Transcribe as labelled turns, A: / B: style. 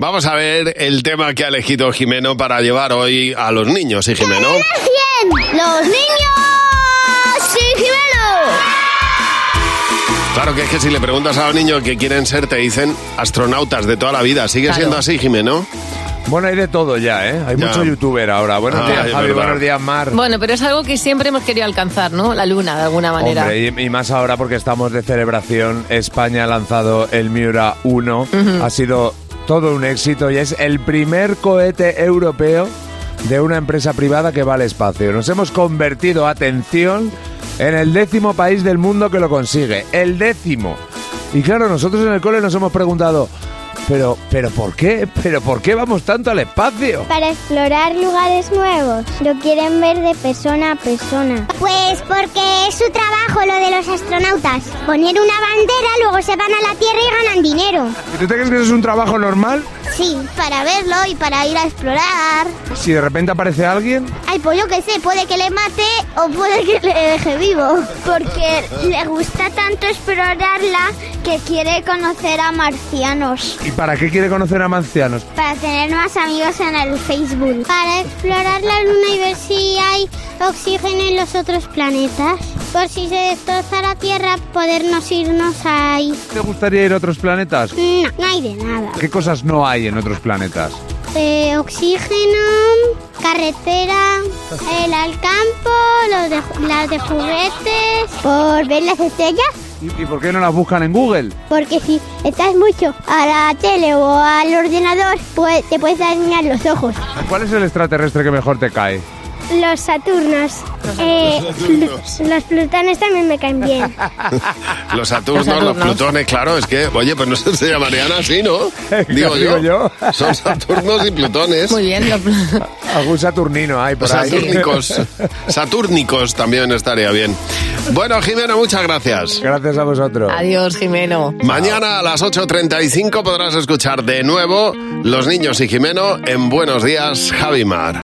A: Vamos a ver el tema que ha elegido Jimeno para llevar hoy a los niños, ¿sí, Jimeno?
B: ¡Los niños! ¡Sí,
A: Claro que es que si le preguntas a los niños que quieren ser, te dicen astronautas de toda la vida. ¿Sigue
C: Claro.
A: siendo así, Jimeno?
D: Bueno, hay de todo ya, ¿eh? Hay
A: Ya.
D: mucho youtuber ahora. Buenos
A: Ah,
D: días,
A: es
D: Javi.
A: verdad.
D: Buenos días, Mar.
C: Bueno, pero es algo que siempre hemos querido alcanzar, ¿no? La luna, de alguna manera.
D: Hombre, y, y más ahora porque estamos de celebración. España ha lanzado el Miura 1. Ha sido todo un éxito y es el primer cohete europeo de una empresa privada que va al espacio. Nos hemos convertido, atención, en el décimo país del mundo que lo consigue. El décimo. Y claro, nosotros en el cole nos hemos preguntado, pero, pero ¿por qué? ¿Pero por qué vamos tanto al espacio?
B: Para explorar lugares nuevos. Lo quieren ver de persona a persona. Pues porque es su trabajo lo de los astronautas. Poner una bandera, luego se van a la Tierra y ganan dinero.
D: ¿Y ¿Tú te crees que eso es un trabajo normal?
B: Sí, para verlo y para ir a explorar.
D: Si de repente aparece alguien,
B: Ay, pues yo qué sé, puede que le mate o puede que le deje vivo. Porque le gusta tanto explorarla que quiere conocer a marcianos.
D: ¿y para qué quiere conocer a marcianos?
B: Para tener más amigos en el Facebook. Para explorar la luna y ver si hay oxígeno en los otros planetas. Por si se destroza la Tierra, podernos irnos ahí.
D: ¿Te gustaría ir a otros planetas?
B: No, no hay de nada.
D: ¿Qué cosas no hay en otros planetas?
B: Eh, oxígeno, carretera, el al campo, los de, ju- las de juguetes. ¿Por ver las estrellas?
D: ¿Y, y por qué no las buscan en Google?
B: Porque si estás mucho a la tele o al ordenador, pues te puedes dañar los ojos.
D: ¿Cuál es el extraterrestre que mejor te cae?
B: Los Saturnos. Eh, los Plutanes también me caen bien.
A: Los Saturnos, los,
C: Los Saturnos.
A: Plutones, claro, es que, oye, pues no se llamarían así, ¿no? Digo
D: Digo
A: yo.
D: yo.
A: Son Saturnos y Plutones.
C: Muy bien. lo-
D: Algún Saturnino hay por ahí.
A: Saturnicos. Saturnicos también estaría bien. Bueno, Jimeno, muchas gracias.
D: Gracias a vosotros.
C: Adiós, Jimeno.
A: Mañana a las 8.35 podrás escuchar de nuevo Los Niños y Jimeno en Buenos Días, Javimar.